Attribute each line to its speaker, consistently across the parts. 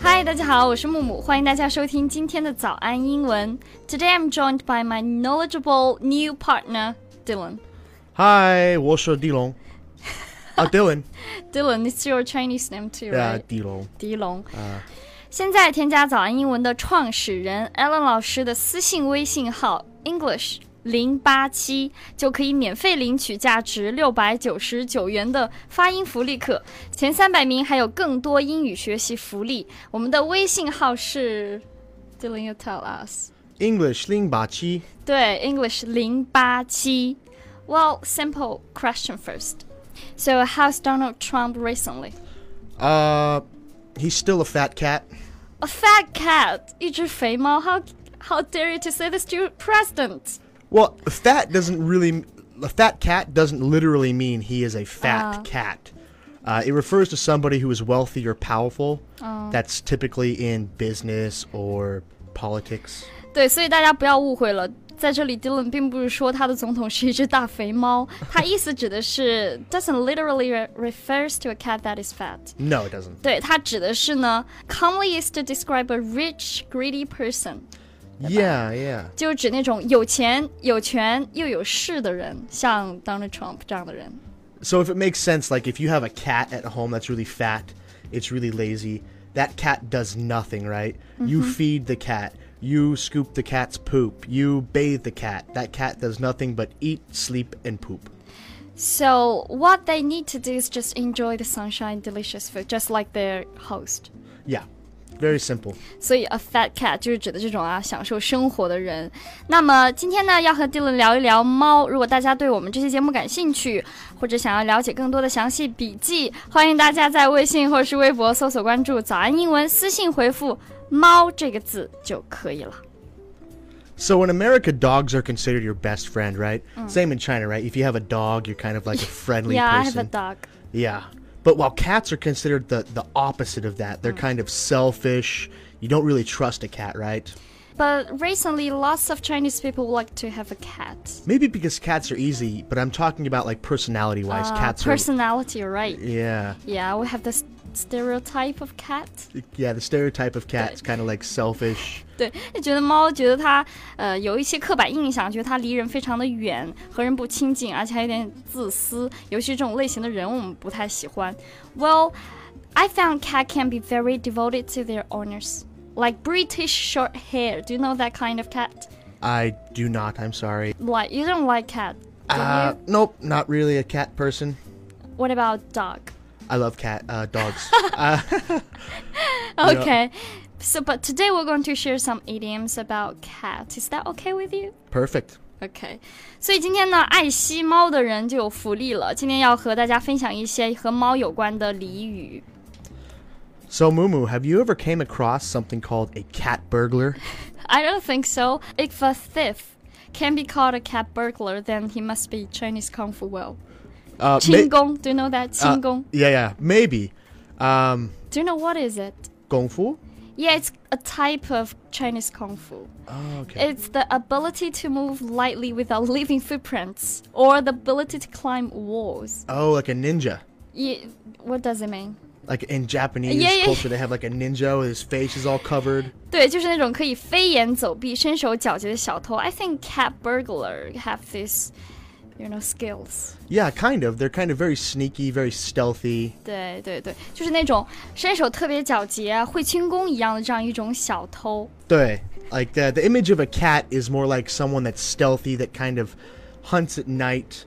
Speaker 1: Hi，大家好，我是木木，欢迎大家收听今天的早安英文。Today I'm joined by my knowledgeable new partner Dylan.
Speaker 2: 嗨，我是狄龙。啊 Uh,，Dylan，
Speaker 1: Dylan, it's your Chinese name too,
Speaker 2: 对啊，
Speaker 1: right?
Speaker 2: 狄龙
Speaker 1: 狄龙。
Speaker 2: 啊，
Speaker 1: 现在添加早安英文的创始人 Alan 老师的私信微信号 English 零八七，就可以免费领取价值六百九十九元的发音福利课，前三百名还有更多英语学习福利。我们的微信号是 Dylan, you tell us.
Speaker 2: ，English 零八七。
Speaker 1: 对，English 零八七。Well, simple question first. So, how's Donald Trump recently?
Speaker 2: Uh, he's still a fat cat.
Speaker 1: A fat cat，一只肥猫。How how dare you to say this to president?
Speaker 2: Well, fat doesn't really. A fat cat doesn't literally mean he is a
Speaker 1: Ah.
Speaker 2: fat cat. Uh, it refers to somebody who is wealthy or powerful. That's typically in business or politics.
Speaker 1: 对，所以大家不要误会了，在这里 Dylan 并不是说他的总统是一只大肥猫，他意思指的是 doesn't literally re- refers to a cat that is fat。
Speaker 2: No, it doesnly
Speaker 1: 对，它指的是呢，commonly is to describe a rich, greedy person。
Speaker 2: Yeah, yeah.
Speaker 1: 就是指那种有钱、有权又有势的人，像 Donald Trump 这样的人。
Speaker 2: So if it makes sense, like if you have a cat at home that's really fat, it's really lazy, that cat does nothing, right? You
Speaker 1: Mm-hmm.
Speaker 2: feed the cat, you scoop the cat's poop, you bathe the cat. That cat does nothing but eat, sleep, and poop.
Speaker 1: So what they need to do is just enjoy the sunshine, delicious food, just like their host.
Speaker 2: Yeah. Very simple.
Speaker 1: 所以 a fat cat 就是指的这种啊，享受生活的人。那么今天呢，要和 Dylan 聊一聊猫。如果大家对我们这期节目感兴趣，或者想要了解更多的详细笔记，欢迎大家在微信或是微博搜索关注“早安英文”，私信回复“猫”这个字就可以了。
Speaker 2: So in America, dogs are considered your best friend, right? Same in China, right? If you have a dog, you're kind of like a
Speaker 1: Mm.
Speaker 2: friendly
Speaker 1: Yeah, I have
Speaker 2: person.
Speaker 1: a dog.
Speaker 2: Yeah. But while cats are considered the, the opposite of that,
Speaker 1: Mm.
Speaker 2: they're kind of selfish. You don't really trust a cat, right?
Speaker 1: But recently, lots of Chinese people like to have a cat.
Speaker 2: Maybe because cats are easy, but I'm talking about like personality
Speaker 1: Ah,
Speaker 2: wise. cats
Speaker 1: Personality, right?
Speaker 2: are. Yeah.
Speaker 1: Yeah, we have this stereotype of cat.
Speaker 2: Yeah, the stereotype of cats kind of like selfish.
Speaker 1: 对，就觉得猫，觉得它呃有一些刻板印象，觉得它离人非常的远，和人不亲近，而且还有点自私。尤其这种类型的人，我们不太喜欢。Well, I found cat can be very devoted to their owners, like British short hair. Do you know that kind of cat?
Speaker 2: I do not, I'm sorry.
Speaker 1: Like you don't like cat, do you?
Speaker 2: Uh, nope, not really a cat person.
Speaker 1: What about dog?
Speaker 2: I love cat uh, dogs. know-
Speaker 1: Okay. So, but today we're going to share some idioms about cat. Is that okay with you?
Speaker 2: Perfect.
Speaker 1: OK，所以今天呢，爱惜猫的人就有福利了。今天要和大家分享一些和猫有关的俚语。
Speaker 2: So, Mumu, have you ever came across something called a cat burglar?
Speaker 1: I don't think so. If a thief can be called a cat burglar, then he must be Chinese kung fu well.
Speaker 2: Uh, may-
Speaker 1: 轻功，Do you know that?
Speaker 2: uh,
Speaker 1: 轻功、
Speaker 2: yeah, yeah, maybe. Um,
Speaker 1: Do you know what is it?
Speaker 2: Kung Fu?
Speaker 1: Yeah, it's a type of Chinese kung fu.
Speaker 2: Oh, okay.
Speaker 1: It's the ability to move lightly without leaving footprints, or the ability to climb walls.
Speaker 2: oh, like a ninja.
Speaker 1: Ye- what does it mean?
Speaker 2: like in Japanese
Speaker 1: Yeah, yeah,
Speaker 2: culture, they have like a ninja. His face is all covered.
Speaker 1: 对，就是那种可以飞檐走壁、身手矫捷的小偷。I think cat burglar have this, you know, skills.
Speaker 2: Yeah, kind of. They're kind of very sneaky, very stealthy.
Speaker 1: 对对对，就是那种身手特别矫捷啊、会轻功一样的这样一种小偷。
Speaker 2: Like the the image of a cat is more like someone that's stealthy, that kind of hunts at night,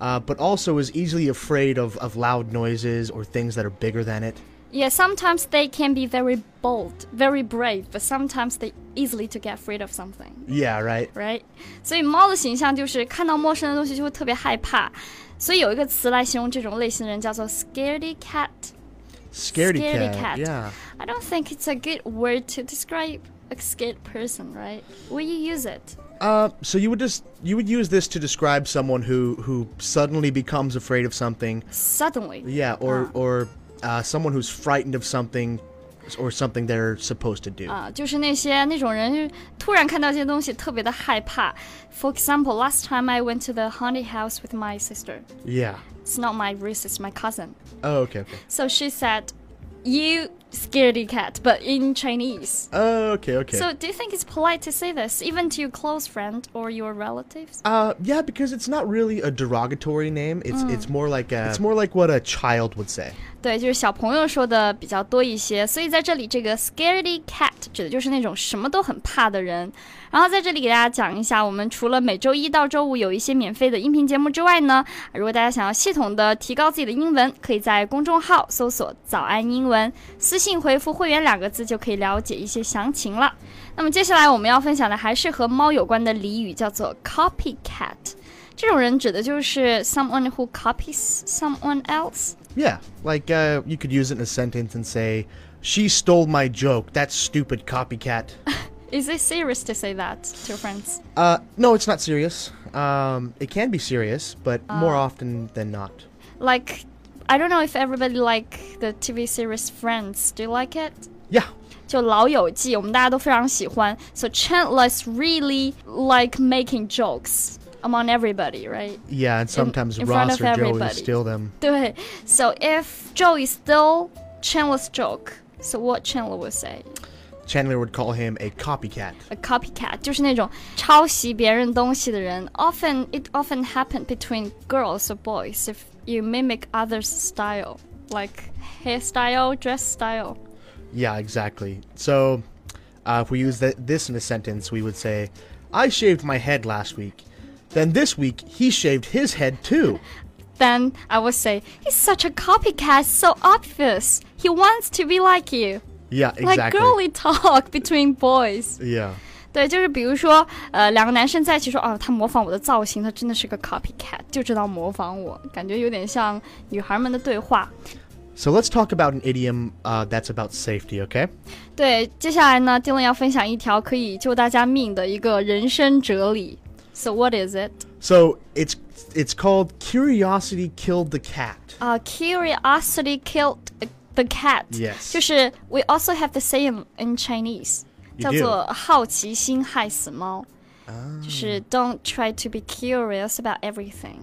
Speaker 2: uh, but also is easily afraid of of loud noises or things that are bigger than it.
Speaker 1: Yeah, sometimes they can be very bold, very brave, but sometimes they easily to get afraid of something.
Speaker 2: Yeah, right.
Speaker 1: Right，所以猫的形象就是看到陌生的东西就会特别害怕，所以有一个词来形容这种类型的人叫做 scaredy cat。
Speaker 2: Scaredy,
Speaker 1: Scaredy
Speaker 2: cat.
Speaker 1: cat.
Speaker 2: Yeah.
Speaker 1: I don't think it's a good word to describe a scared person, right? Will you use it?
Speaker 2: Uh, so you would just you would use this to describe someone who who suddenly becomes afraid of something.
Speaker 1: Suddenly.
Speaker 2: Yeah, or
Speaker 1: Ah.
Speaker 2: or uh, someone who's frightened of something, or something they're supposed to do.
Speaker 1: 啊，就是那些那种人，就是突然看到一些东西特别的害怕。For example, last time I went to the haunted house with my sister.
Speaker 2: yeah.
Speaker 1: It's not my niece, it's my cousin.
Speaker 2: Oh, okay, okay.
Speaker 1: So she said, "You scaredy cat, but in Chinese.
Speaker 2: Okay, okay.
Speaker 1: So, do you think it's polite to say this, even to your close friend or your relatives?
Speaker 2: Uh, yeah, because it's not really a derogatory name. It's it's more like a, Mm. it's more like what a child would say.
Speaker 1: 对，就是小朋友说的比较多一些，所以在这里这个 scaredy cat 指的就是那种什么都很怕的人。然后在这里给大家讲一下，我们除了每周一到周五有一些免费的音频节目之外呢，如果大家想要系统的提高自己的英文，可以在公众号搜索“早安英文”，私信回复“会员”两个字就可以了解一些详情了。那么接下来我们要分享的还是和猫有关的俚语，叫做 copycat。这种人指的就是 someone who copies someone else。
Speaker 2: Yeah, like uh, you could use it in a sentence and say, "She stole my joke. That stupid copycat."
Speaker 1: Is it serious to say that to your friends?
Speaker 2: uh, no, it's not serious. Um, it can be serious, but more often than not.
Speaker 1: Like, I don't know if everybody like the TV series Friends. Do you like it?
Speaker 2: Yeah,
Speaker 1: 就老友记，我们大家都非常喜欢。So Chandler's really like making jokes among everybody, right?
Speaker 2: yeah, and sometimes
Speaker 1: in front
Speaker 2: Ross
Speaker 1: of
Speaker 2: or Joey will
Speaker 1: everybody.
Speaker 2: steal them.
Speaker 1: 对。So if Joey stole Chandler's joke, so what Chandler would say?
Speaker 2: Chandler would call him a copycat.
Speaker 1: a copycat 就是那种抄袭别人东西的人。Often it often happened between girls or boys if you mimic others' style, like hairstyle, dress style.
Speaker 2: Yeah, exactly. So, uh, if we use th- this in a sentence, we would say, "I shaved my head last week." Then this week he shaved his head too.
Speaker 1: Then I would say he's such a copycat, so obvious. He wants to be like you,
Speaker 2: Yeah,
Speaker 1: like
Speaker 2: exactly.
Speaker 1: girly talk between boys.
Speaker 2: Yeah.
Speaker 1: 对，就是比如说，呃，两个男生在一起说，哦，他模仿我的造型，他真的是个 copycat，就知道模仿我，感觉有点像女孩们的对话。
Speaker 2: So let's talk about an idiom uh, that's about safety, okay?
Speaker 1: 对，接下来呢，丁文要分享一条可以救大家命的一个人生哲理。So what is it?
Speaker 2: So it's it's called curiosity killed the cat.
Speaker 1: 啊、c u r i o s i t y killed the cat.
Speaker 2: Yes.
Speaker 1: 就是 we also have the same in Chinese，
Speaker 2: You
Speaker 1: 叫
Speaker 2: do.
Speaker 1: 做好奇心害死猫。就是 don't try to be curious about everything。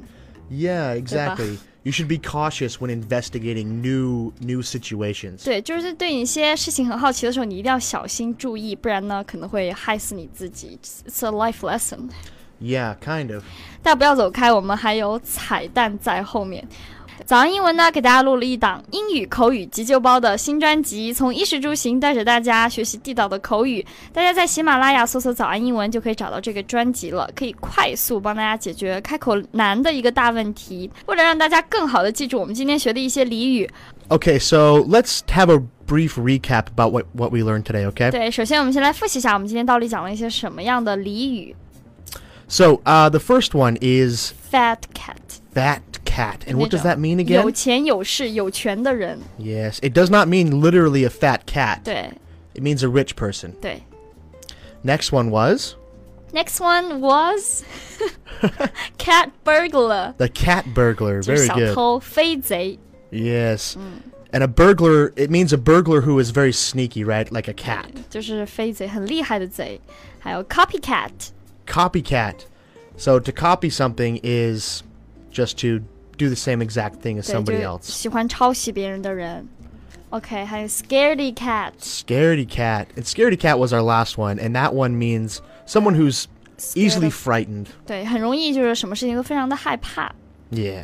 Speaker 2: Yeah, exactly. You should be cautious when investigating new new situations.
Speaker 1: 对，就是对一些事情很好奇的时候，你一定要小心注意，不然呢可能会害死你自己。It's a life lesson.
Speaker 2: Yeah, kind of.
Speaker 1: 大家不要走开，我们还有彩蛋在后面。早安英文呢，给大家录了一档英语口语急救包的新专辑，从衣食住行带着大家学习地道的口语。大家在喜马拉雅搜索“早安英文”就可以找到这个专辑了，可以快速帮大家解决开口难的一个大问题。为了让大家更好的记住我们今天学的一些俚语，
Speaker 2: Okay, so let's have a brief recap about what what we learned today, okay?
Speaker 1: 对，首先我们先来复习一下我们今天到底讲了一些什么样的俚语。
Speaker 2: So, uh, the first one is
Speaker 1: Fat cat，
Speaker 2: fat cat. And what does
Speaker 1: Little.
Speaker 2: that mean
Speaker 1: 有
Speaker 2: again?
Speaker 1: 钱有势有权的人，
Speaker 2: Yes, it does not mean literally a fat cat.
Speaker 1: 对
Speaker 2: It means a rich person.
Speaker 1: 对。
Speaker 2: Next one was
Speaker 1: Next one was cat burglar，
Speaker 2: the cat burglar.
Speaker 1: 就是
Speaker 2: Very
Speaker 1: 小
Speaker 2: good.
Speaker 1: 偷、飞贼。
Speaker 2: Yes.
Speaker 1: Mm.
Speaker 2: And a burglar, it means a burglar who is very sneaky, right? Like a cat.
Speaker 1: 就是飞贼，很厉害的贼。还有 copycat，
Speaker 2: Copycat. So to copy something is just to do the same exact thing
Speaker 1: 对，
Speaker 2: as
Speaker 1: 就
Speaker 2: somebody
Speaker 1: 是
Speaker 2: else.
Speaker 1: 喜欢抄袭别人的人。OK，还有 scaredy cat，
Speaker 2: Scaredy cat. And scaredy cat was our last one, and that one means someone who's
Speaker 1: Scared
Speaker 2: easily
Speaker 1: of-
Speaker 2: frightened.
Speaker 1: 对，很容易就是什么事情都非常的害怕。
Speaker 2: Yeah.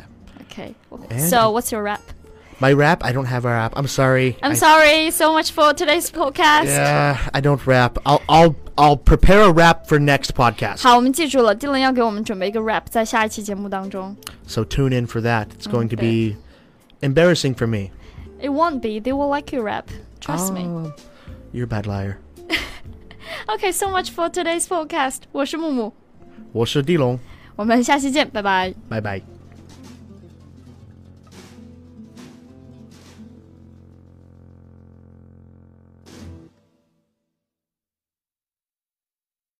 Speaker 2: And-
Speaker 1: OK，so、what's your rap？
Speaker 2: My rap, I don't have a rap. I'm sorry.
Speaker 1: I'm
Speaker 2: I-
Speaker 1: sorry so much for today's podcast。
Speaker 2: Yeah, I don't rap. I'll I'll I'll prepare a rap for next podcast.
Speaker 1: 好，我们记住了，丁伦要给我们准备一个 rap，在下一期节目当中。
Speaker 2: So tune in for that. It's going to be embarrassing for me.
Speaker 1: It won't be. They will like your rap. Trust me.
Speaker 2: Oh, You're a bad liar.
Speaker 1: Okay, so much for today's podcast. 我是木木，
Speaker 2: 我是地龙，
Speaker 1: 我们下期见，拜拜。
Speaker 2: 拜拜。